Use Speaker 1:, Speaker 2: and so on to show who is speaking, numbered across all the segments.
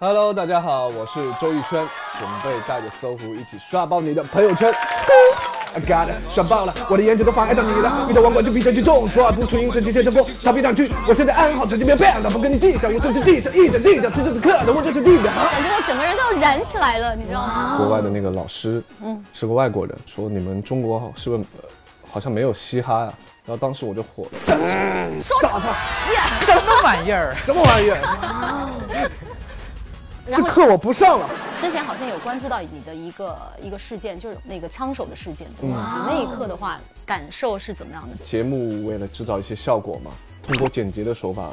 Speaker 1: Hello，大家好，我是周玉轩，准备带着搜狐一起刷爆你的朋友圈。I got it，爽爆了！我的颜值都妨碍到你了。遇到网管就比较去冲，左耳不出音，整齐先成功，逃避挡去。我现在安好，成绩变变了，不跟你计较，有甚至计上一整地上，此时此刻的我这是地表。
Speaker 2: 感觉我整个人都要燃起来了，你知道吗？
Speaker 1: 国外的那个老师，嗯，是个外国人，说你们中国是不是呃好像没有嘻哈呀、啊然后当时我就火了，站起来
Speaker 2: 说
Speaker 1: 打他，
Speaker 3: 什么玩意儿？
Speaker 1: 什么玩意儿？
Speaker 2: 然
Speaker 1: 这
Speaker 2: 后
Speaker 1: 课我不上了。
Speaker 2: 之前好像有关注到你的一个一个事件，就是那个枪手的事件，对吧？你那一刻的话，感受是怎么样的？
Speaker 1: 节目为了制造一些效果嘛，通过剪辑的手法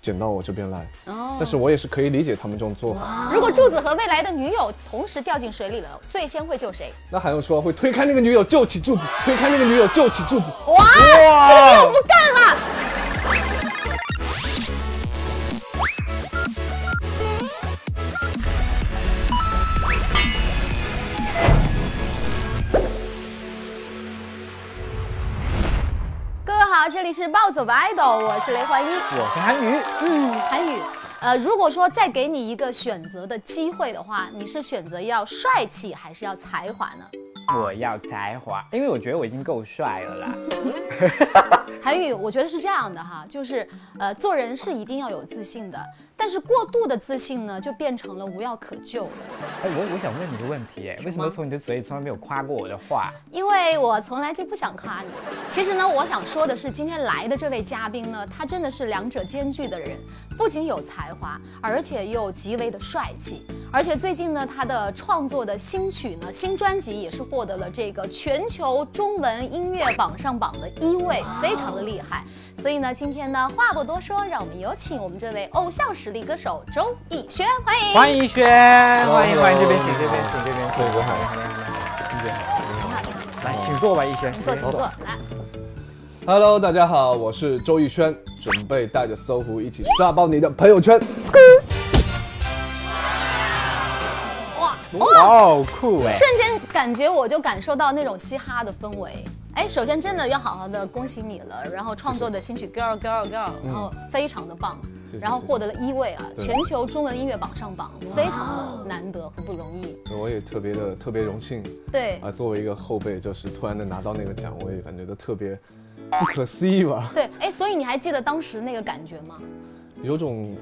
Speaker 1: 剪到我这边来。
Speaker 2: 哦
Speaker 1: 但是我也是可以理解他们这种做法。
Speaker 2: 如果柱子和未来的女友同时掉进水里了，最先会救谁？
Speaker 1: 那还用说会推开那个女友救起柱子，推开那个女友救起柱子。
Speaker 2: 哇，这个女友不干了！各位好，这里是暴走吧 idol，我是雷焕一。
Speaker 3: 我是韩娱，
Speaker 2: 嗯，韩宇，呃，如果说再给你一个选择的机会的话，你是选择要帅气还是要才华呢？
Speaker 3: 我要才华，因为我觉得我已经够帅了啦。
Speaker 2: 韩宇，我觉得是这样的哈，就是呃，做人是一定要有自信的，但是过度的自信呢，就变成了无药可救了。
Speaker 3: 哎，我我想问你个问题，哎，为什么从你的嘴里从来没有夸过我的话？
Speaker 2: 因为我从来就不想夸你。其实呢，我想说的是，今天来的这位嘉宾呢，他真的是两者兼具的人，不仅有才华，而且又极为的帅气。而且最近呢，他的创作的新曲呢，新专辑也是获得了这个全球中文音乐榜上榜的一位，非常的厉害。所以呢，今天呢，话不多说，让我们有请我们这位偶像实力歌手周逸轩，欢迎。
Speaker 3: 欢迎轩，欢迎欢迎，这边请这边请这边请，
Speaker 1: 这个好
Speaker 3: 好嘞好嘞好嘞，一轩，来，请坐吧，一轩，
Speaker 2: 请坐，请坐，来。
Speaker 1: Hello，大家好，我是周逸轩，准备带着搜狐一起刷爆你的朋友圈。
Speaker 2: 哇，
Speaker 3: 哇哦，酷哎！
Speaker 2: 瞬间感觉我就感受到那种嘻哈的氛围。哎，首先真的要好好的恭喜你了，然后创作的新曲《Girl Girl Girl》，然后非常的棒，
Speaker 1: 嗯谢谢
Speaker 2: 然后获得了一位啊，
Speaker 1: 对
Speaker 2: 全球中文音乐榜上榜，非常的难得和不容易。
Speaker 1: 我也特别的特别荣幸
Speaker 2: 对
Speaker 1: 啊，作为一个后辈，就是突然的拿到那个奖，我也感觉到特别不可思议吧，
Speaker 2: 对，哎，所以你还记得当时那个感觉吗？
Speaker 1: 有种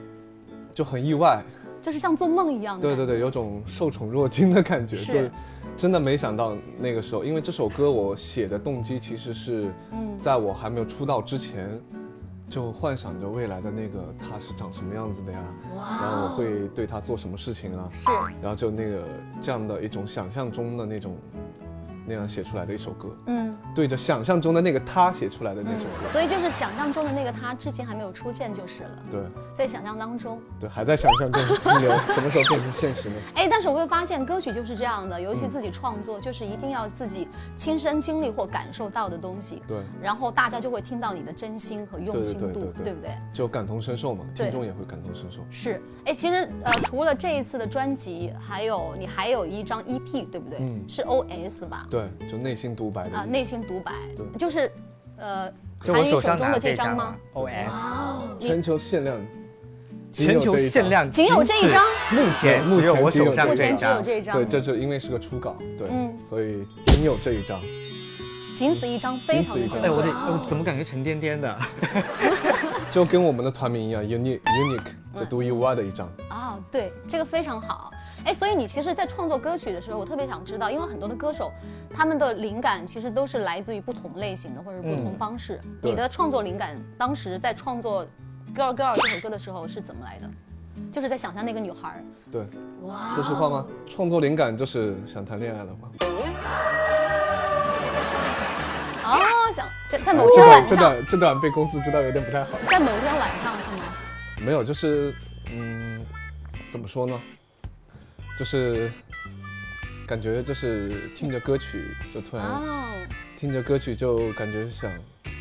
Speaker 1: 就很意外，
Speaker 2: 就是像做梦一样的
Speaker 1: 对
Speaker 2: 感觉。
Speaker 1: 对对，有种受宠若惊的感觉，
Speaker 2: 是
Speaker 1: 就是真的没想到那个时候，因为这首歌我写的动机其实是，
Speaker 2: 嗯
Speaker 1: 在我还没有出道之前，就幻想着未来的那个他是长什么样子的呀，然后我会对他做什么事情啊，
Speaker 2: 是。
Speaker 1: 然后就那个这样的一种想象中的那种，那样写出来的一首歌，
Speaker 2: 嗯，
Speaker 1: 对着想象中的那个他写出来的那首歌，
Speaker 2: 所以就是想象中的那个他，至今还没有出现就是了，
Speaker 1: 对
Speaker 2: 在想象当中。
Speaker 1: 对，还在想象中停 留，什么时候变成现实呢？
Speaker 2: 哎，但是我会发现歌曲就是这样的，尤
Speaker 1: 嗯
Speaker 2: 其自己创作，就是一定要自己亲身经历或感受到的东西，
Speaker 1: 对，
Speaker 2: 然后大家就会听到你的真心和用心
Speaker 1: 对对
Speaker 2: 度，
Speaker 1: 对对
Speaker 2: 不对？
Speaker 1: 就感同身受嘛，
Speaker 2: 对
Speaker 1: 听众也会感同身受。
Speaker 2: 是，哎，其实呃，除了这一次的专辑，还有你还有一张 EP，对不对？
Speaker 1: 嗯
Speaker 2: 是 OS 吧？
Speaker 1: 对，就内心独白的
Speaker 2: 啊、
Speaker 1: 意思
Speaker 2: 内心独白，
Speaker 1: 对
Speaker 2: 就是呃，
Speaker 3: 就
Speaker 2: 韩
Speaker 3: 我
Speaker 2: 语
Speaker 3: 手
Speaker 2: 手
Speaker 3: 上
Speaker 2: 中
Speaker 3: 拿
Speaker 2: 的
Speaker 3: 这啊
Speaker 2: 这张吗？
Speaker 1: 啊
Speaker 3: ？OS，
Speaker 1: 全球限量，仅
Speaker 3: 全
Speaker 1: 有
Speaker 3: 球
Speaker 1: 这一
Speaker 3: 限量，
Speaker 2: 仅有这一张，
Speaker 1: 张，目
Speaker 3: 前
Speaker 1: 目
Speaker 3: 只有
Speaker 1: 前
Speaker 3: 我手上
Speaker 2: 目
Speaker 1: 这
Speaker 2: 前
Speaker 1: 一
Speaker 2: 只
Speaker 1: 张
Speaker 2: 有这一张，
Speaker 1: 对，这就因为是个初稿，对，
Speaker 2: 嗯
Speaker 1: 所以仅有这一张。
Speaker 2: 仅此一张，非常的
Speaker 1: 仅此一张
Speaker 2: 珍
Speaker 3: 哎，我得，。
Speaker 2: 贵
Speaker 3: 我怎么感觉沉甸甸的？
Speaker 1: 就跟我们的团名一样，unique unique，就独一无二的一张。
Speaker 2: 啊、对，这个非常好。哎，所以你其实，在创作歌曲的时候，我特别想知道，因为很多的歌手，他们的灵感其实都是来自于不同类型的或者不同方式。
Speaker 1: 对
Speaker 2: 你的创作灵感，当时在创作《Girl Girl》这首歌的时候是怎么来的？就是在想象那个女孩儿，
Speaker 1: 对，说实话吗？创作灵感就是想谈恋爱了嘛。
Speaker 2: 哦，想在在
Speaker 1: 哎
Speaker 2: 某
Speaker 1: 这
Speaker 2: 天
Speaker 1: 段
Speaker 2: 晚
Speaker 1: 这
Speaker 2: 上，
Speaker 1: 段这段被公司知道有点不太好。
Speaker 2: 在某天晚上是吗？
Speaker 1: 没有，就是嗯，怎么说呢？就是感觉就是听着歌曲就突然。
Speaker 2: 哦，
Speaker 1: 听着歌曲就感觉想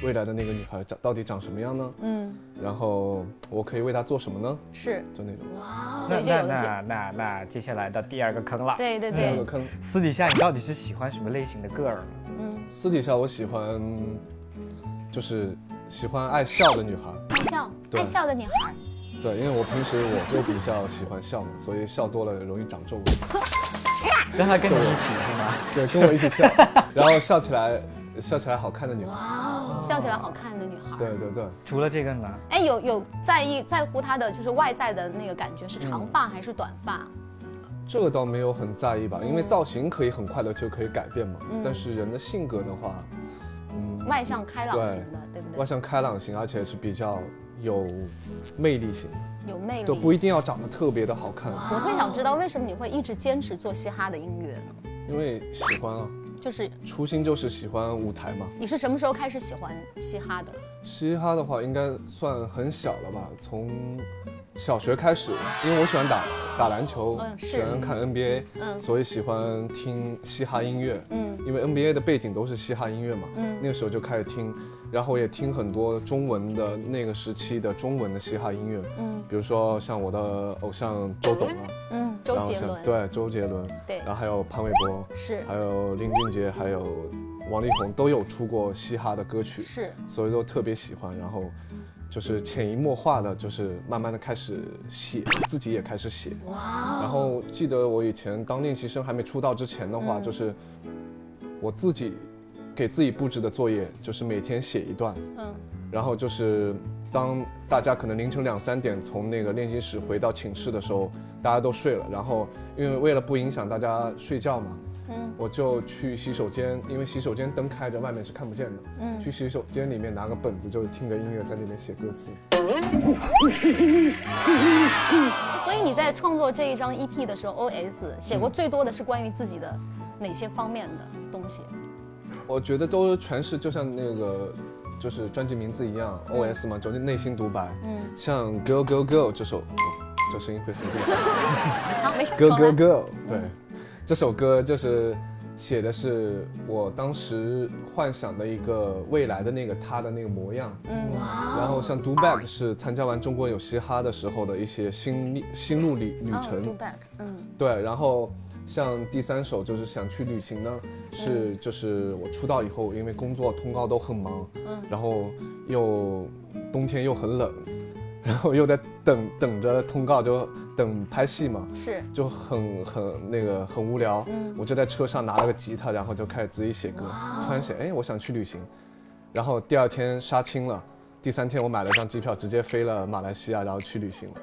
Speaker 1: 未来的那个女孩长到底长什么样呢？
Speaker 2: 嗯，
Speaker 1: 然后我可以为她做什么呢？
Speaker 2: 是，
Speaker 1: 就那种
Speaker 2: 所
Speaker 3: 那
Speaker 2: 以就有
Speaker 3: 那
Speaker 2: 了这，
Speaker 3: 那那那，接下来到第二个坑了。
Speaker 2: 对对
Speaker 1: 掉
Speaker 2: 对
Speaker 1: 个，坑。
Speaker 3: 私底下你到底是喜欢什么类型的 girl？
Speaker 2: 嗯，
Speaker 1: 私底下我喜欢，就是喜欢爱笑的女孩，
Speaker 2: 爱笑，
Speaker 1: 对
Speaker 2: 爱笑的女孩儿，
Speaker 1: 对，因为我平时我就比较喜欢笑嘛，所以笑多了容易长皱纹。
Speaker 3: 让他跟你一起是吗？
Speaker 1: 对，跟我一起笑，然后笑起来，笑起来好看的女孩。
Speaker 2: 笑起来好看的女孩。
Speaker 1: 对对对，
Speaker 3: 除了这个呢？
Speaker 2: 哎，有有在意在乎她的就是外在的那个感觉，是
Speaker 1: 嗯
Speaker 2: 长发还是短发？
Speaker 1: 这个倒没有很在意吧，因为
Speaker 2: 嗯
Speaker 1: 造型可以很快的就可以改变嘛。但是人的性格的话，嗯，
Speaker 2: 外向开朗型的，对不
Speaker 1: 外
Speaker 2: 对？
Speaker 1: 向开朗型，而且是比较有魅力型，
Speaker 2: 有魅
Speaker 1: 就不
Speaker 2: 力。啊
Speaker 1: 一定要长得特别的好看，
Speaker 2: 我特想知道为什么你会一直坚持做嘻哈的音乐呢？
Speaker 1: 因为喜欢啊，
Speaker 2: 就是
Speaker 1: 初心就是喜欢舞台嘛。
Speaker 2: 你是什么时候开始喜欢嘻哈的？
Speaker 1: 嘻哈的话，应该算很小了吧，从小学开始，因为我喜欢打打篮球，
Speaker 2: 嗯是
Speaker 1: 喜欢看 NBA，
Speaker 2: 嗯
Speaker 1: 所以喜欢听嘻哈音乐，
Speaker 2: 嗯
Speaker 1: 因为 NBA 的背景都是嘻哈音乐嘛，
Speaker 2: 嗯
Speaker 1: 那个时候就开始听，然后也听很多中文的那个时期的中文的嘻哈音乐，
Speaker 2: 嗯
Speaker 1: 比如说像我的偶像周董啊，
Speaker 2: 嗯，周
Speaker 1: 然后
Speaker 2: 杰
Speaker 1: 像
Speaker 2: 伦。
Speaker 1: 对周杰伦，
Speaker 2: 对
Speaker 1: 然后还有潘玮柏，
Speaker 2: 是
Speaker 1: 还有林俊杰，还有王力宏都有出过嘻哈的歌曲，
Speaker 2: 是。
Speaker 1: 所以说特别喜欢，然后就是潜移默化的，就是慢慢的开始写，自己也开始写。然
Speaker 2: 嗯
Speaker 1: 后记得我以前当练习生还没出道之前的话，就是我自己给自己布置的作业，就是每天写一段，
Speaker 2: 嗯
Speaker 1: 然后就是当大家可能凌晨两三点从那个练习室回到寝室的时候，大家都睡了，然后因为为了不影响大家睡觉嘛，
Speaker 2: 嗯
Speaker 1: 我就去洗手间，因为洗手间灯开着，外面是看不见的。
Speaker 2: 嗯
Speaker 1: 去洗手间里面拿个本子，就听着音乐在里面写歌词。
Speaker 2: 所以你在创作这一张 EP 的时候，OS 写
Speaker 1: 嗯
Speaker 2: 过最多的是关于自己的哪些方面的东西？
Speaker 1: 我觉得都全是就像那个，就是专辑名字一样，OS 嘛，就是内心独白。
Speaker 2: 嗯
Speaker 1: 像《Go Go Go》这首，哦这声音会很 厉害。
Speaker 2: 好，啊没事，
Speaker 1: Go
Speaker 2: 重来
Speaker 1: Go。Go，对，这首歌就是写的是我当时幻想的一个未来的那个他的那个模样。
Speaker 2: 嗯，
Speaker 1: 然后像 Do Back 是参加完中国有嘻哈的时候的一些心历心路旅旅
Speaker 2: 哦
Speaker 1: 程。
Speaker 2: ，Do Back，嗯
Speaker 1: 对，然后像第三首就是想去旅行
Speaker 2: 嗯
Speaker 1: 呢，是就是我出道以后，因为工作通告都很忙，
Speaker 2: 嗯
Speaker 1: 然后又冬天又很冷，然后又在等等着通告，就等拍戏嘛，
Speaker 2: 是，
Speaker 1: 就很很那个很无聊。
Speaker 2: 嗯哦
Speaker 1: 我就在车上拿了个吉他，然后就开始自己写歌，突然写，哎，我想去旅行，然后第二天杀青了，第三天我买了张机票，直接飞了马来西亚，然后去旅行了。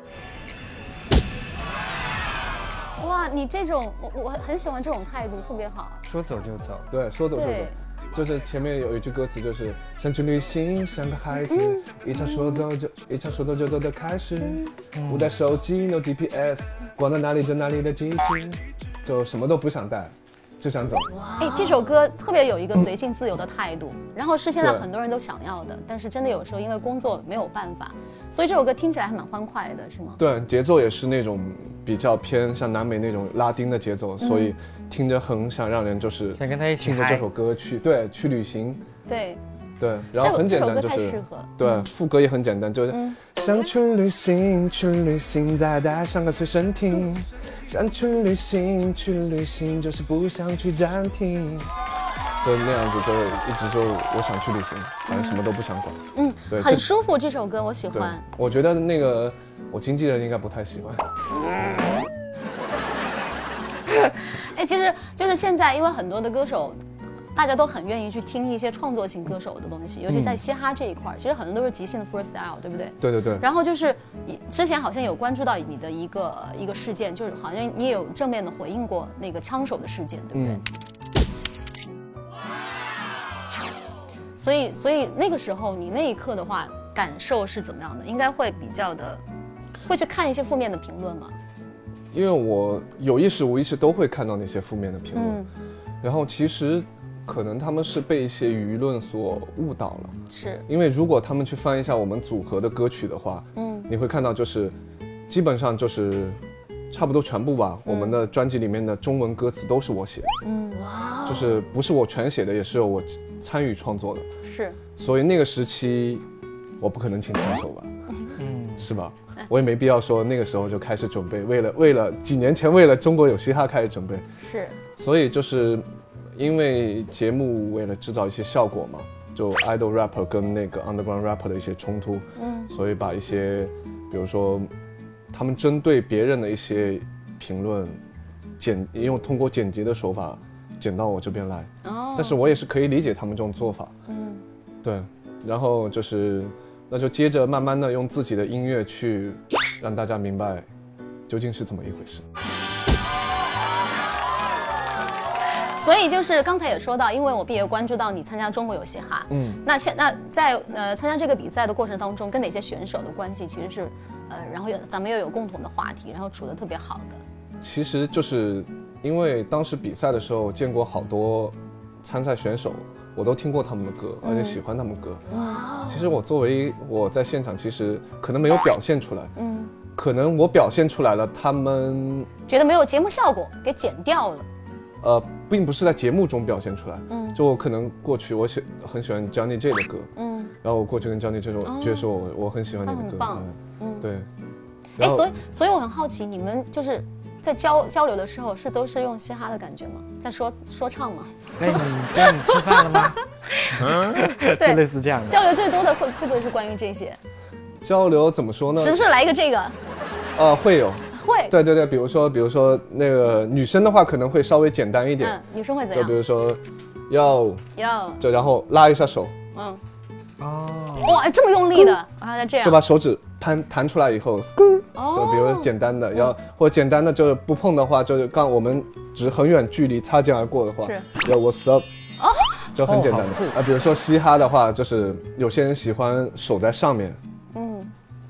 Speaker 2: 哇，你这种我我很喜欢这种态度，特别好。
Speaker 3: 说走就走，
Speaker 1: 对，说走就走
Speaker 2: 对，
Speaker 1: 就是前面有一句歌词，就是想去旅行，像个孩子，
Speaker 2: 嗯
Speaker 1: 一场说走就一场说走就走的开始，不带手机，no GPS，逛到哪里就哪里的景致，就什么都不想带，就想走。
Speaker 2: 哎，这首歌特别有一个随性自由的态度，然后是现在
Speaker 1: 对
Speaker 2: 很多人都想要的，但是真的有时候因为工作没有办法，所以这首歌听起来还蛮欢快的，是吗？
Speaker 1: 对，节奏也是那种比较偏像南美那种拉丁的节奏，所以
Speaker 2: 嗯
Speaker 1: 听着很想让人就是
Speaker 3: 想跟他一起
Speaker 1: 听着
Speaker 3: 嗨
Speaker 1: 这首歌去对去旅行。
Speaker 2: 对，
Speaker 1: 对，然
Speaker 2: 这
Speaker 1: 后
Speaker 2: 首
Speaker 1: 很
Speaker 2: 这
Speaker 1: 简
Speaker 2: 首
Speaker 1: 单，
Speaker 2: 歌
Speaker 1: 就
Speaker 2: 太适
Speaker 1: 是
Speaker 2: 合。嗯
Speaker 1: 对副歌也很简单，就是想去旅行，去旅行，再带上个随身听，想去旅行，去旅行，就是不想去暂停，就那样子，就一直就我想去旅行，反正什么都不想管。
Speaker 2: 嗯
Speaker 1: 对，
Speaker 2: 很
Speaker 1: 这
Speaker 2: 舒服，这首歌我喜
Speaker 1: 对
Speaker 2: 欢。，
Speaker 1: 我觉得那个我经纪人应该不太喜 欢。
Speaker 2: 哎，其实就是现在，因为很多的歌手，大家都很愿意去听一些创作型歌手的东西，尤其
Speaker 1: 嗯
Speaker 2: 在嘻哈这一块儿，其实很多都是即兴的 freestyle，对不对？
Speaker 1: 对对对，
Speaker 2: 然后就是你之前好像有关注到你的一个一个事件，就是好像你也有正面的回应过那个枪手的事件，对不对？
Speaker 1: 嗯
Speaker 2: 所以所以那个时候你那一刻的话，感受是怎么样的？应该会比较的，会去看一些负面的评论吗？
Speaker 1: 因为我有意识无意识都会看到那些负面的评论，
Speaker 2: 嗯，
Speaker 1: 然后其实可能他们是被一些舆论所误导了。
Speaker 2: 嗯是，
Speaker 1: 因为如果他们去翻一下我们组合的歌曲的话，
Speaker 2: 嗯
Speaker 1: 你会看到就是，基本上就是，差不多全部吧。我们的专辑里面的中文歌词都是我写的，
Speaker 2: 嗯，
Speaker 1: 就是不是我全写的，也是有我参与创作的。
Speaker 2: 是。
Speaker 1: 所以那个时期，我不可能请枪手吧，
Speaker 3: 嗯
Speaker 1: 是吧？我也没必要说那个时候就开始准备，为了为了几年前为了中国有嘻哈开始准备，
Speaker 2: 是，
Speaker 1: 所以就是因为节目为了制造一些效果嗯嘛，就 idol rapper 跟那个 underground rapper 的一些冲突，所以把一些比比如说他们针对别人的一些评论剪，用通过剪辑的手法剪到我这边来，
Speaker 2: 哦，
Speaker 1: 但是我也是可以理解他们这种做法。
Speaker 2: 嗯，
Speaker 1: 对，然后就是，那就接着慢慢的用自己的音乐去让大家明白究竟是怎么一回事。
Speaker 2: 所以就是刚才也说到，因为我们也关注到你参加中国有嘻哈，
Speaker 1: 嗯，
Speaker 2: 那现那在呃参加这个比赛的过程当中，跟哪些选手的关系其实是，呃，然后有咱们又有共同的话题，然后处的特别好的，
Speaker 1: 其实就是因为当时比赛的时候见过好多参赛选手，我都听过他们的歌，而且
Speaker 2: 嗯
Speaker 1: 喜欢他们歌。
Speaker 2: 哦
Speaker 1: 其实我作为我在现场，其实可能没有表现出来，
Speaker 2: 嗯，
Speaker 1: 可能我表现出来了，他们
Speaker 2: 觉得没有节目效果，给剪掉了，
Speaker 1: 呃，并不是在节目中表现出来。
Speaker 2: 嗯
Speaker 1: 就我可能过去我喜很喜欢 Johnny J 的歌，
Speaker 2: 嗯
Speaker 1: 然后我过去跟 Johnny J 说，
Speaker 2: 哦
Speaker 1: 觉得说我我很喜欢你
Speaker 2: 他
Speaker 1: 的
Speaker 2: 很
Speaker 1: 歌，
Speaker 2: 棒
Speaker 1: 嗯
Speaker 2: 嗯，
Speaker 1: 对。
Speaker 2: 哎，
Speaker 1: 然后
Speaker 2: 所以所以我很好奇，你们就是在交交流的时候是都是用嘻哈的感觉吗？在说说唱吗？
Speaker 3: 哎，你哎，你吃饭 了吗？
Speaker 1: 啊
Speaker 3: 就类
Speaker 2: 对，
Speaker 3: 似这
Speaker 1: 嗯
Speaker 3: 样的。
Speaker 2: 交流最多的会会不会是关于这些？
Speaker 1: 交流怎么说呢？
Speaker 2: 是不是来一个这个？
Speaker 1: 呃，会有，
Speaker 2: 会，
Speaker 1: 对对对，比如说，比如说那个女生的话，可能会稍微简单一点，
Speaker 2: 嗯，女生会怎
Speaker 1: 就比
Speaker 2: 样？
Speaker 1: 如说，要
Speaker 2: 哟，
Speaker 1: 就然后拉一下手，
Speaker 2: 嗯，
Speaker 3: 哦，
Speaker 2: 哇，这么用 力的，然后再这样
Speaker 1: 就，把手指弹弹出来以后，
Speaker 2: 哦
Speaker 1: 就比如说简单的，然后或者简单的就是不碰的话，就是刚我们只很远距离擦肩而过的话，
Speaker 2: 是
Speaker 1: 要 what's up，就很简单
Speaker 3: 哦好
Speaker 1: 的
Speaker 3: 酷
Speaker 1: 啊、比如说嘻哈的话，就是有些人喜欢手在上面，
Speaker 2: 嗯，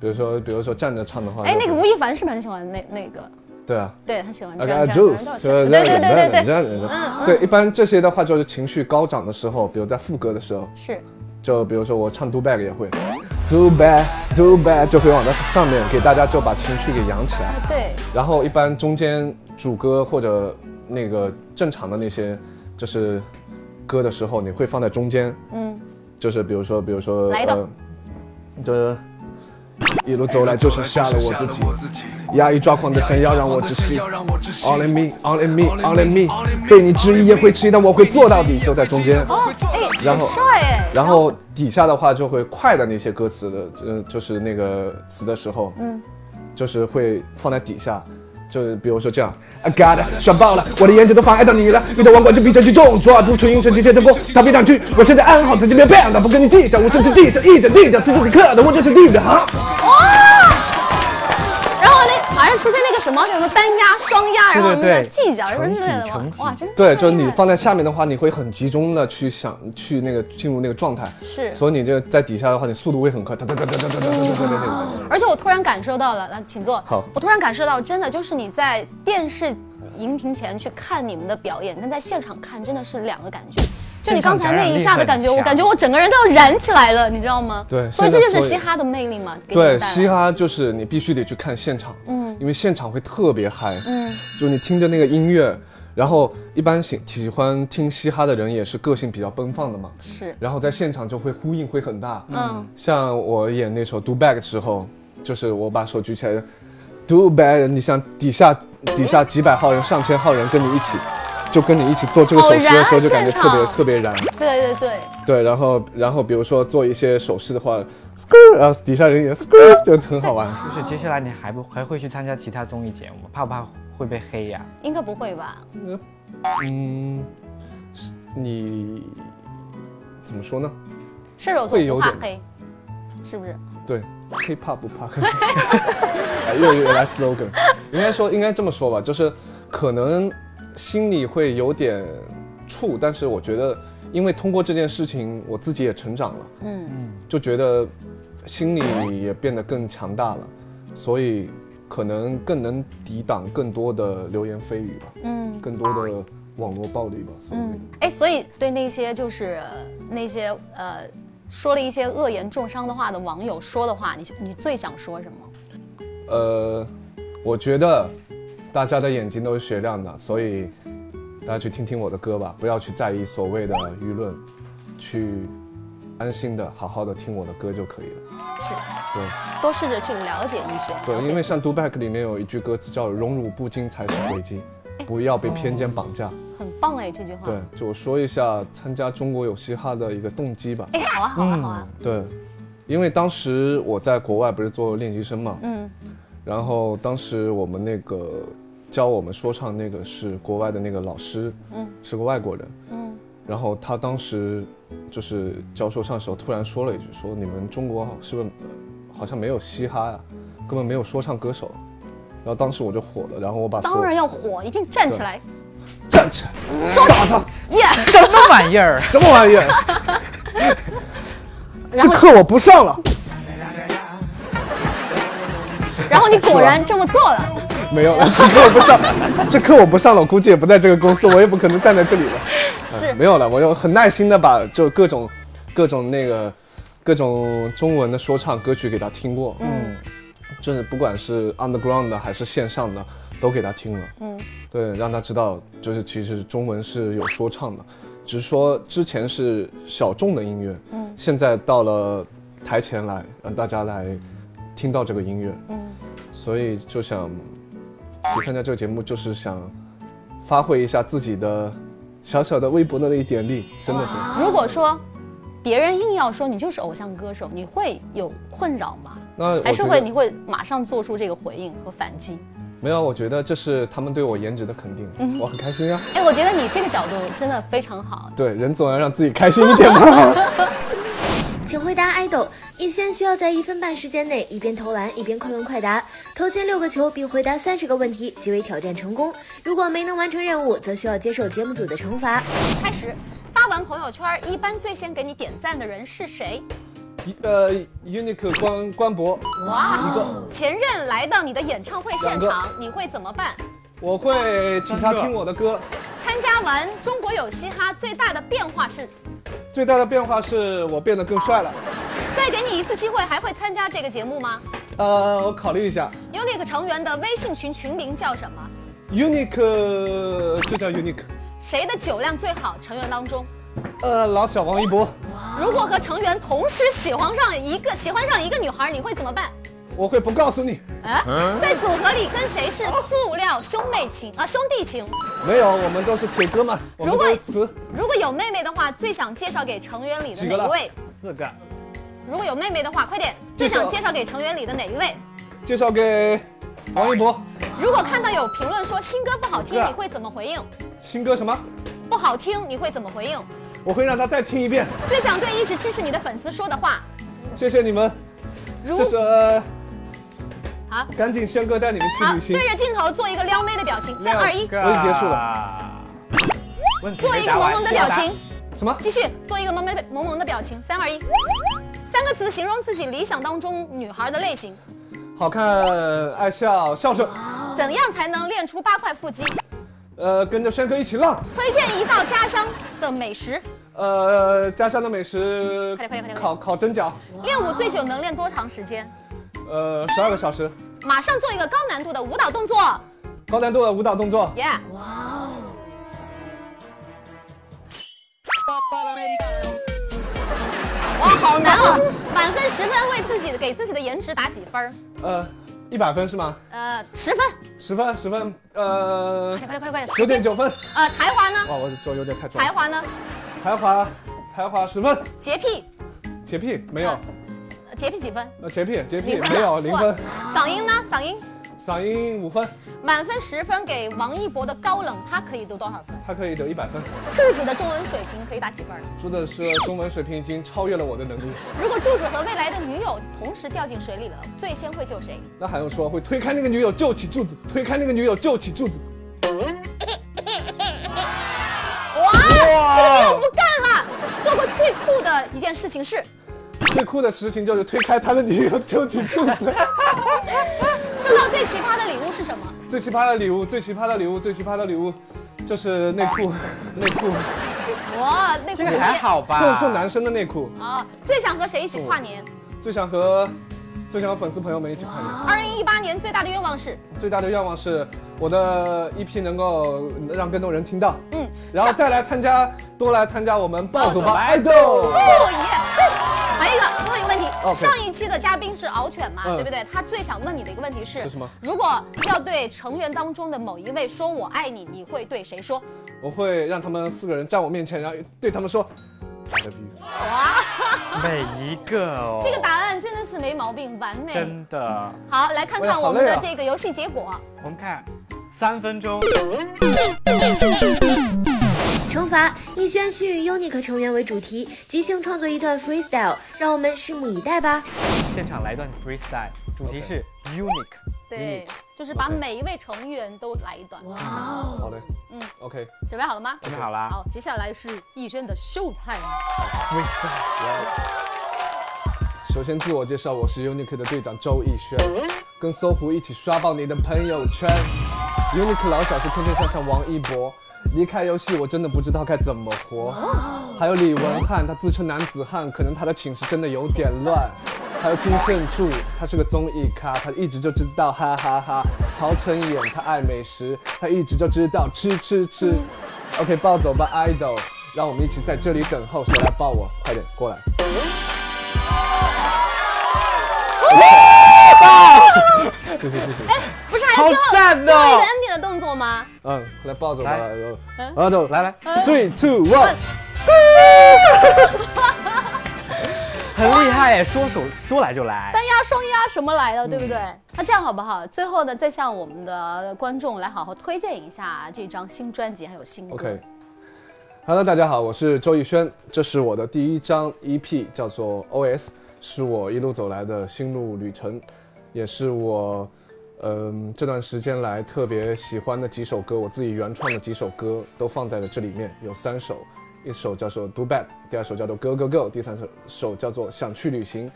Speaker 1: 比如说比如说站着唱的话，
Speaker 2: 哎，
Speaker 1: 就
Speaker 2: 那个吴亦凡是不是很喜欢那那个？
Speaker 1: 对啊。
Speaker 2: 对嗯他喜欢这
Speaker 1: OK，
Speaker 2: 样
Speaker 1: I
Speaker 2: 这
Speaker 1: do，
Speaker 2: 样这样这
Speaker 1: 对
Speaker 2: 样，
Speaker 1: 对
Speaker 2: 对对对对对，
Speaker 1: 对对，一般这些的话就是情绪高涨的时候，比如在副歌的时候，
Speaker 2: 是，
Speaker 1: 就比如说我唱 Do Bag 也会，Do Bag Do Bag 就会往那上面给大家就把情绪给扬起来，
Speaker 2: 对，
Speaker 1: 然后一般中间主歌或者那个正常的那些就是歌的时候，你会放在中间，
Speaker 2: 嗯，
Speaker 1: 就是比如说比如说
Speaker 2: 来一段
Speaker 1: 呃，就是一路哎走来就
Speaker 4: 就是像
Speaker 1: 杀
Speaker 4: 杀
Speaker 1: 了
Speaker 4: 了
Speaker 1: 我
Speaker 4: 我
Speaker 1: 自
Speaker 4: 自
Speaker 1: 己
Speaker 4: 己。。
Speaker 1: 压抑抓狂的
Speaker 4: 想
Speaker 1: 神
Speaker 4: 要
Speaker 1: 要
Speaker 4: 让
Speaker 1: 让我
Speaker 4: 我
Speaker 1: 窒
Speaker 4: 窒
Speaker 1: 息
Speaker 4: 息。
Speaker 1: All
Speaker 4: ，All
Speaker 1: in
Speaker 4: in
Speaker 1: me,
Speaker 4: me，
Speaker 1: all in me, all
Speaker 4: All
Speaker 1: in
Speaker 4: in
Speaker 1: me
Speaker 4: me，
Speaker 1: 被你质疑也会质疑，但我会做到底，就在中间。
Speaker 2: 哦，哎，
Speaker 1: 然
Speaker 2: 很
Speaker 1: 后
Speaker 2: 帅哎，
Speaker 1: 然后底下的话就会快的那些歌词的，呃，就是那个词的时候，嗯，就是会放在底下，就是比如说这样，I got it，爽爆了，我的眼睛都妨碍到你了，你的网管就比这句重，左耳不纯音这这些的功，逃避挡去，我现在安好，曾经变漂亮，不跟你计较，我甚至计上一整地的，自己的课的，我这是地的哈。
Speaker 2: 然后那马上出现那个什么什么单压、双压，然
Speaker 3: 对
Speaker 2: 后
Speaker 3: 对
Speaker 2: 我们
Speaker 3: 对
Speaker 2: 的计较什么之类的
Speaker 3: 成
Speaker 2: 哇
Speaker 3: 体，
Speaker 2: 哇，真是
Speaker 1: 对，
Speaker 2: 太
Speaker 1: 就是
Speaker 2: 厉
Speaker 1: 你
Speaker 2: 害了
Speaker 1: 放在下面的话，你会很集中的去想去那个进入那个状态，
Speaker 2: 是
Speaker 1: 所以你就在底下的话，你速度会很快，哒哒哒哒哒哒哒哒哒哒哒。
Speaker 2: 而且我突然感受到了，来，请坐。
Speaker 1: 好
Speaker 2: 我突然感受到，真的就是你在电视荧屏前去看你们的表演，跟在现场看真的是两个感觉。就你刚才那一下的感觉，
Speaker 3: 现场感染力很强
Speaker 2: 我感觉我整个人都要燃起来了，你知道吗？
Speaker 1: 对
Speaker 2: 所以
Speaker 1: 现在
Speaker 2: 这就
Speaker 1: 所
Speaker 2: 是
Speaker 1: 以
Speaker 2: 嘻哈的魅力嘛。给你
Speaker 1: 对，
Speaker 2: 们带来
Speaker 1: 嘻哈就是你必须得去看现场，嗯，因为现场会特别嗨，嗯，就你听着那个音乐，然后一般喜喜欢听嘻哈的人也是个性比较奔放的嘛，
Speaker 2: 是，
Speaker 1: 然后在现场就会呼应会很大，
Speaker 2: 嗯，
Speaker 1: 像我演那首《Do Back》的时候，就是我把手举起来，Do Back，你想底下底下几百号人、上千号人跟你一起，就跟你一起做这个手势的时
Speaker 2: 好燃啊
Speaker 1: 候，就感觉
Speaker 2: 现
Speaker 1: 特别
Speaker 2: 场
Speaker 1: 特别燃。
Speaker 2: 对对对，
Speaker 1: 对，然后然后比如说做一些手势的话，skirt，然后底下人也 skirt，就很好玩。
Speaker 3: 就是接下来你还不还会去参加其他综艺节目吗？怕不怕会被黑呀？
Speaker 2: 应该不会吧？
Speaker 1: 嗯，是你怎么说呢？
Speaker 2: 射手
Speaker 1: 会
Speaker 2: 座不
Speaker 1: 有
Speaker 2: 怕
Speaker 1: 点
Speaker 2: 黑，是不是？
Speaker 1: 对，K-pop 不怕 哎又又来 slogan，应该说应该这么说吧，就是可能心里会有点怵，但是我觉得，因为通过这件事情，我自己也成长了，
Speaker 2: 嗯，
Speaker 1: 就觉得心里也变得更强大了，所以可能更能抵挡更多的流言蜚语吧，
Speaker 2: 嗯
Speaker 1: 更多的网络暴力吧，所以。
Speaker 2: 嗯，哎，所以对那些就是那些呃说了一些恶言重伤的话的网友说的话，你你最想说什么？
Speaker 1: 呃，我觉得大家的眼睛都是雪亮的，所以大家去听听我的歌吧，不要去在意所谓的舆论，去安心的好好的听我的歌就可以了。
Speaker 2: 是。
Speaker 1: 对
Speaker 2: 多试着去了解医学。了解
Speaker 1: 对，因为
Speaker 2: 自
Speaker 1: 像《
Speaker 2: 己
Speaker 1: Do Back》里面有一句歌词叫“荣辱不惊才是轨迹”。
Speaker 2: 哎
Speaker 1: 不要
Speaker 2: 哦
Speaker 1: 被偏见绑架。
Speaker 2: 很棒哎，这句话。
Speaker 1: 对，就我说一下参加中国有嘻哈的一个动机吧。
Speaker 2: 哎
Speaker 1: 嗯
Speaker 2: 哎，好啊，好啊，好啊。
Speaker 1: 对，因为当时我在国外不是做练习生嘛，
Speaker 2: 嗯，
Speaker 1: 然后当时我们那个教我们说唱那个是国外的那个老师，
Speaker 2: 嗯，
Speaker 1: 是个外国人，
Speaker 2: 嗯，
Speaker 1: 然后他当时就是教说唱的时候，突然说了一句，说你们中国是不是好像没有嘻哈呀、根本没有说唱歌手。然后当时我就火了，然后我把
Speaker 2: 当
Speaker 1: 所有
Speaker 2: 然要火，一定站起来，
Speaker 1: 站起来，
Speaker 2: 说
Speaker 1: 打他，
Speaker 2: 耶！
Speaker 3: 什么玩意儿？啊
Speaker 1: 什么玩 意儿？
Speaker 2: 然后，
Speaker 1: 课我不上了。
Speaker 2: 然后你果然这么做 了。
Speaker 1: 没有，这课我不上，这课我不上了，我估计也不在这个公司，我也不可能站在这里了。
Speaker 2: 是
Speaker 1: 嗯没有了，我就很耐心的把就各种各种那个各种中文的说唱歌曲给他听过，嗯，就是不管是 underground 的还是线上的，都给他听了，嗯，对，让他知道就是其实中文是有说唱的，只是说之前是小众的音乐，嗯，现在到了台前来让大家来听到这个音乐，嗯，所以就想其实参加这个节目就是想发挥一下自己的小小的微薄的那一点力，真的是
Speaker 2: 如果说别人硬要说你就是偶像歌手，你会有困扰吗？
Speaker 1: 那我
Speaker 2: 还是
Speaker 1: 觉得
Speaker 2: 会你会马上做出这个回应和反击？
Speaker 1: 没有，我觉得这是他们对我颜值的肯定，我很开心啊。
Speaker 2: 哎，我觉得你这个角度真的非常好。
Speaker 1: 对，人总要让自己开心一点 嘛。
Speaker 4: 请回答爱豆，一天需要在一分半时间内一边投篮一边快问快答，投进六个球并回答三十个问题即为挑战成功。如果没能完成任务，则需要接受节目组的惩罚。
Speaker 2: 开始发完朋友圈，一般最先给你点赞的人是谁？
Speaker 1: 呃，Unique 关关博，
Speaker 2: 哇，前任来到你的演唱会现
Speaker 1: 两
Speaker 2: 场，你会怎么办？
Speaker 1: 我会请他听我的歌。
Speaker 2: 参加完《中国有嘻哈》最大的变化是，
Speaker 1: 最大的变化是我变得更帅了。
Speaker 2: 再给你一次机会，还会参加这个节目吗
Speaker 1: 呃，我考虑一下
Speaker 2: ？Unique 成员的微信群群名叫什么？
Speaker 1: ，Unique 就叫 Unique。
Speaker 2: 谁的酒量最好？成员当中，
Speaker 1: 呃，老小王一博，
Speaker 2: 如果和成员同时喜欢上一个喜欢上一个女孩，你会怎么办？
Speaker 1: 我会不告诉你。
Speaker 2: 啊，
Speaker 1: 嗯
Speaker 2: 在组合里跟谁是塑料兄妹情啊兄弟情？
Speaker 1: 没有，我们都是铁哥们，我们
Speaker 2: 如果
Speaker 1: 都是词。
Speaker 2: 如果有妹妹的话，最想介绍给成员里的
Speaker 1: 几个
Speaker 2: 哪
Speaker 1: 了
Speaker 2: 一位？
Speaker 3: 四个，
Speaker 2: 如果有妹妹的话，快点，
Speaker 1: 这
Speaker 2: 最
Speaker 1: 个
Speaker 2: 想介绍给成员里的哪一位？
Speaker 1: 介绍给王一博，
Speaker 2: 如果看到有评论说新歌不好听，
Speaker 1: 对啊
Speaker 2: 你会怎么回应？
Speaker 1: 新歌什么？
Speaker 2: 不好听，你会怎么回应？
Speaker 1: 我会让他再听一遍。
Speaker 2: 最想对一直支持你的粉丝说的话，
Speaker 1: 谢谢你们，
Speaker 2: 如
Speaker 1: 这是、呃、
Speaker 2: 啊
Speaker 1: 赶紧轩哥带你们去
Speaker 2: 好
Speaker 1: 旅行
Speaker 2: 对。着镜头做一个撩妹的表情，三二一，
Speaker 1: 我已经结束
Speaker 3: 了。问题
Speaker 2: 做一
Speaker 3: 没
Speaker 2: 个
Speaker 3: 答
Speaker 2: 萌
Speaker 3: 完
Speaker 2: 萌的表。
Speaker 3: 没
Speaker 2: 情
Speaker 3: 答，
Speaker 1: 什么？
Speaker 2: 继续做一个萌萌的萌萌的表情，三二一，三个词形容自己理想当中女孩的类型，
Speaker 1: 好看、爱笑、孝顺，
Speaker 2: 怎样才能练出八块腹肌？
Speaker 1: 呃，跟着轩哥一起浪，
Speaker 2: 推荐一道家乡的美食，
Speaker 1: 呃，家乡的美食，
Speaker 2: 快点快点快点
Speaker 1: 烤烤蒸饺，
Speaker 2: 练舞最久能练多长时间？
Speaker 1: 呃，十二个小时，
Speaker 2: 马上做一个高难度的舞蹈动作，
Speaker 1: 高难度的舞蹈动作，
Speaker 2: 耶、哇，好难哦！满分十分，为自己给自己的颜值打几分儿？
Speaker 1: 呃，一百分是吗？
Speaker 2: 呃，十分，
Speaker 1: 十分，十分，呃，
Speaker 2: 快点，快点，快点，快点！
Speaker 1: 九
Speaker 2: 时
Speaker 1: 点
Speaker 2: 间。
Speaker 1: 九分。
Speaker 2: 呃，才华呢？
Speaker 1: 哇，我这有点太壮
Speaker 2: 才
Speaker 1: 了。
Speaker 2: 华呢？
Speaker 1: 才华，才华十分，
Speaker 2: 洁癖，
Speaker 1: 洁癖没有，
Speaker 2: 呃洁癖几分？
Speaker 1: 呃，洁癖洁癖
Speaker 2: 零分
Speaker 1: 没有
Speaker 2: 了
Speaker 1: 零
Speaker 2: 负
Speaker 1: 分，
Speaker 2: 嗓音呢？嗓音
Speaker 1: 嗓音五分，
Speaker 2: 满分十分，给王一博的高冷，他可以得多少分？
Speaker 1: 他可以得一百分。
Speaker 2: 柱子的中文水平可以打几分儿？
Speaker 1: 朱的是中文水平已经超越了我的能力，
Speaker 2: 如果柱子和未来的女友同时掉进水里了，最先会救谁？
Speaker 1: 那还用说？会推开那个女友救起柱子，推开那个女友救起柱子。
Speaker 2: 哇，这个女友不干了！做过最酷的一件事情是
Speaker 1: 最酷的事情就是推开他的女友救起柱子。
Speaker 2: 收到最奇葩的礼物是什么？
Speaker 1: 最奇葩的礼物，最奇葩的礼物，最奇葩的礼物，就是内裤， 内裤，
Speaker 2: 哇，内裤
Speaker 3: 这个还好吧？
Speaker 1: 送送男生的内裤。
Speaker 2: 啊！最想和谁一起跨年？
Speaker 1: 最想和，最想和粉丝朋友们一起跨年。
Speaker 2: 二零一八年最大的愿望是，
Speaker 1: 最大的愿望是我的 EP 能够让更多人听到，
Speaker 2: 嗯，
Speaker 1: 然后
Speaker 2: 上
Speaker 1: 再来参加，多来参加我们暴走吧
Speaker 3: 暴
Speaker 1: idol。
Speaker 2: 哦耶！还有一个最后一个问题
Speaker 1: OK
Speaker 2: 上一期的嘉宾是敖犬嘛，
Speaker 1: 哦嗯
Speaker 2: 对不对？他最想问你的一个问题是：
Speaker 1: 是什么
Speaker 2: 如果要对成员当中的某一位说我爱你，你会对谁说？
Speaker 1: 我会让他们四个人站我面前，然后对他们说 I love you。
Speaker 2: 哇，
Speaker 3: 每一个哦，
Speaker 2: 这个答案真的是没毛病，完美。
Speaker 3: 真的，
Speaker 2: 好，来看
Speaker 1: 我也
Speaker 2: 看
Speaker 1: 好
Speaker 2: 我们
Speaker 1: 累
Speaker 2: 的
Speaker 1: 啊
Speaker 2: 这个游戏结果。
Speaker 3: 我们看三分钟，
Speaker 4: 惩罚逸轩需以 UNIQ 成员为主题，即兴创作一段 freestyle，让我们拭目以待吧。
Speaker 3: 现场来一段 freestyle，主题
Speaker 1: OK
Speaker 3: 是 unique，
Speaker 2: 对，就是把
Speaker 3: OK
Speaker 2: 每一位成员都来一段。
Speaker 1: 好嘞，
Speaker 2: 嗯
Speaker 1: 嗯，OK，
Speaker 2: 准备好了吗？
Speaker 3: 准备好啊啦
Speaker 2: 好，接下来是逸轩的 show time。
Speaker 3: ，freestyle，
Speaker 1: 首先自我介绍，我是 UNIQ 的队长周逸轩，跟搜狐一起刷爆你的朋友圈。UNIQ 老小是天天向上王一博，离开游戏我真的不知道该怎么活。还有李文翰，他自称男子汉，可能他的寝室真的有点乱。还有金圣柱，他是个综艺咖，他一直就知道哈哈哈曹承衍，他爱美食，他一直就知道吃吃吃。OK，抱走吧，idol，让我们一起在这里等候，谁来抱我？快点过来。谢谢谢谢，
Speaker 2: 不是还有最后
Speaker 3: 好赞哦
Speaker 2: 最后一个 ending 的动作吗？
Speaker 1: 嗯，来抱走吧，啊
Speaker 3: 来
Speaker 1: 然后
Speaker 2: 嗯
Speaker 1: 然后
Speaker 3: 来来，
Speaker 1: ，three two one，
Speaker 3: 很厉害耶，说手说来就来，
Speaker 2: 单压、双压什么来
Speaker 1: 嗯
Speaker 2: 的，对不对？那这样好不好？最后呢，再向我们的观众来好好推荐一下这张新专辑还有新歌。
Speaker 1: OK。Hello，大家好，我是周逸轩，这是我的第一张 EP，叫做 OS，是我一路走来的心路旅程，也是我，嗯、这段时间来特别喜欢的几首歌，我自己原创的几首歌都放在了这里面，有三首，一首叫做《Do Bad》，第二首叫做《Go Go Go》，第三首首叫做《想去旅行》，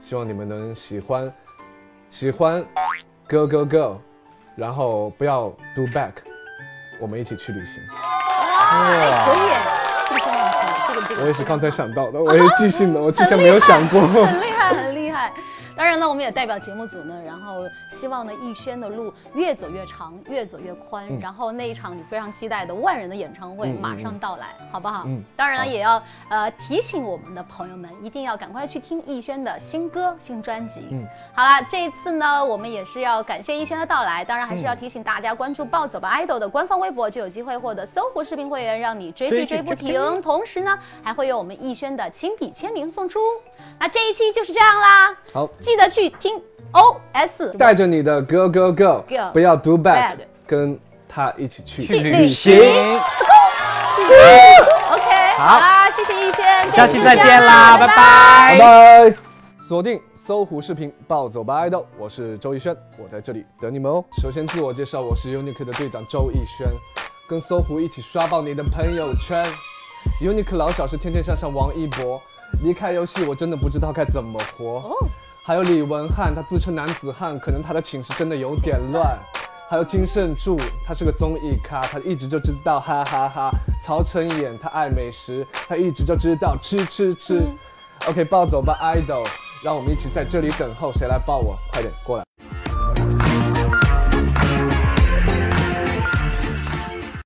Speaker 1: 希望你们能喜欢，喜欢，Go Go Go，然后不要 Do Back，我们一起去旅行。
Speaker 2: 哇，哎，可以，这个声音很这个这个
Speaker 1: 我也是刚才想到的，我也即兴的，我之前没有想过。
Speaker 2: 很厉害，很厉害。当然呢，我们也代表节目组呢，然后希望呢，逸轩的路越走越长，越走越宽。然后那一场你非常期待的万人的演唱会
Speaker 1: 嗯嗯
Speaker 2: 马上到来，好不好？
Speaker 1: 嗯
Speaker 2: 当然了，
Speaker 1: 好
Speaker 2: 也要呃提醒我们的朋友们，一定要赶快去听逸轩的新歌、新专辑。
Speaker 1: 嗯
Speaker 2: 好啦，这一次呢，我们也是要感谢逸轩的到来，当然还是
Speaker 1: 嗯
Speaker 2: 要提醒大家关注“暴走吧 idol” 的官方微博，就有机会获得搜狐视频会员，让你追
Speaker 3: 追剧
Speaker 2: 剧追不
Speaker 3: 追不
Speaker 2: 停。同时呢，还会有我们逸轩的亲笔签名送出。那这一期就是这样啦，
Speaker 1: 好，
Speaker 2: 记得去听 OS
Speaker 1: 带着你的 Go Go Go，
Speaker 2: Go
Speaker 1: 不要 Do
Speaker 2: Bad
Speaker 1: Back，跟他一起去。
Speaker 2: 去
Speaker 3: 旅行，
Speaker 2: OK，
Speaker 3: 好
Speaker 2: 好啦，谢谢逸轩，
Speaker 3: 下
Speaker 2: 这
Speaker 3: 期
Speaker 2: 一
Speaker 3: 再
Speaker 2: 就
Speaker 3: 见
Speaker 2: 这样
Speaker 3: 啦，拜拜
Speaker 1: 拜。拜。锁定搜狐视频，暴走吧爱豆，我是周逸轩，我在这里等你们哦。首先自我介绍，我是 UNIQ 的队长周逸轩，跟搜狐一起刷爆你的朋友圈。UNIQ 老小是天天向上王一博，离开游戏我真的不知道该怎么活。
Speaker 2: 哦
Speaker 1: 还有李文翰，他自称男子汉，可能他的寝室真的有点乱。还有金圣柱，他是个综艺咖，他一直就知道哈哈哈曹承衍，他爱美食，他一直就知道吃吃吃。OK，抱走吧，idol，让我们一起在这里等候，谁来抱我？快点过来。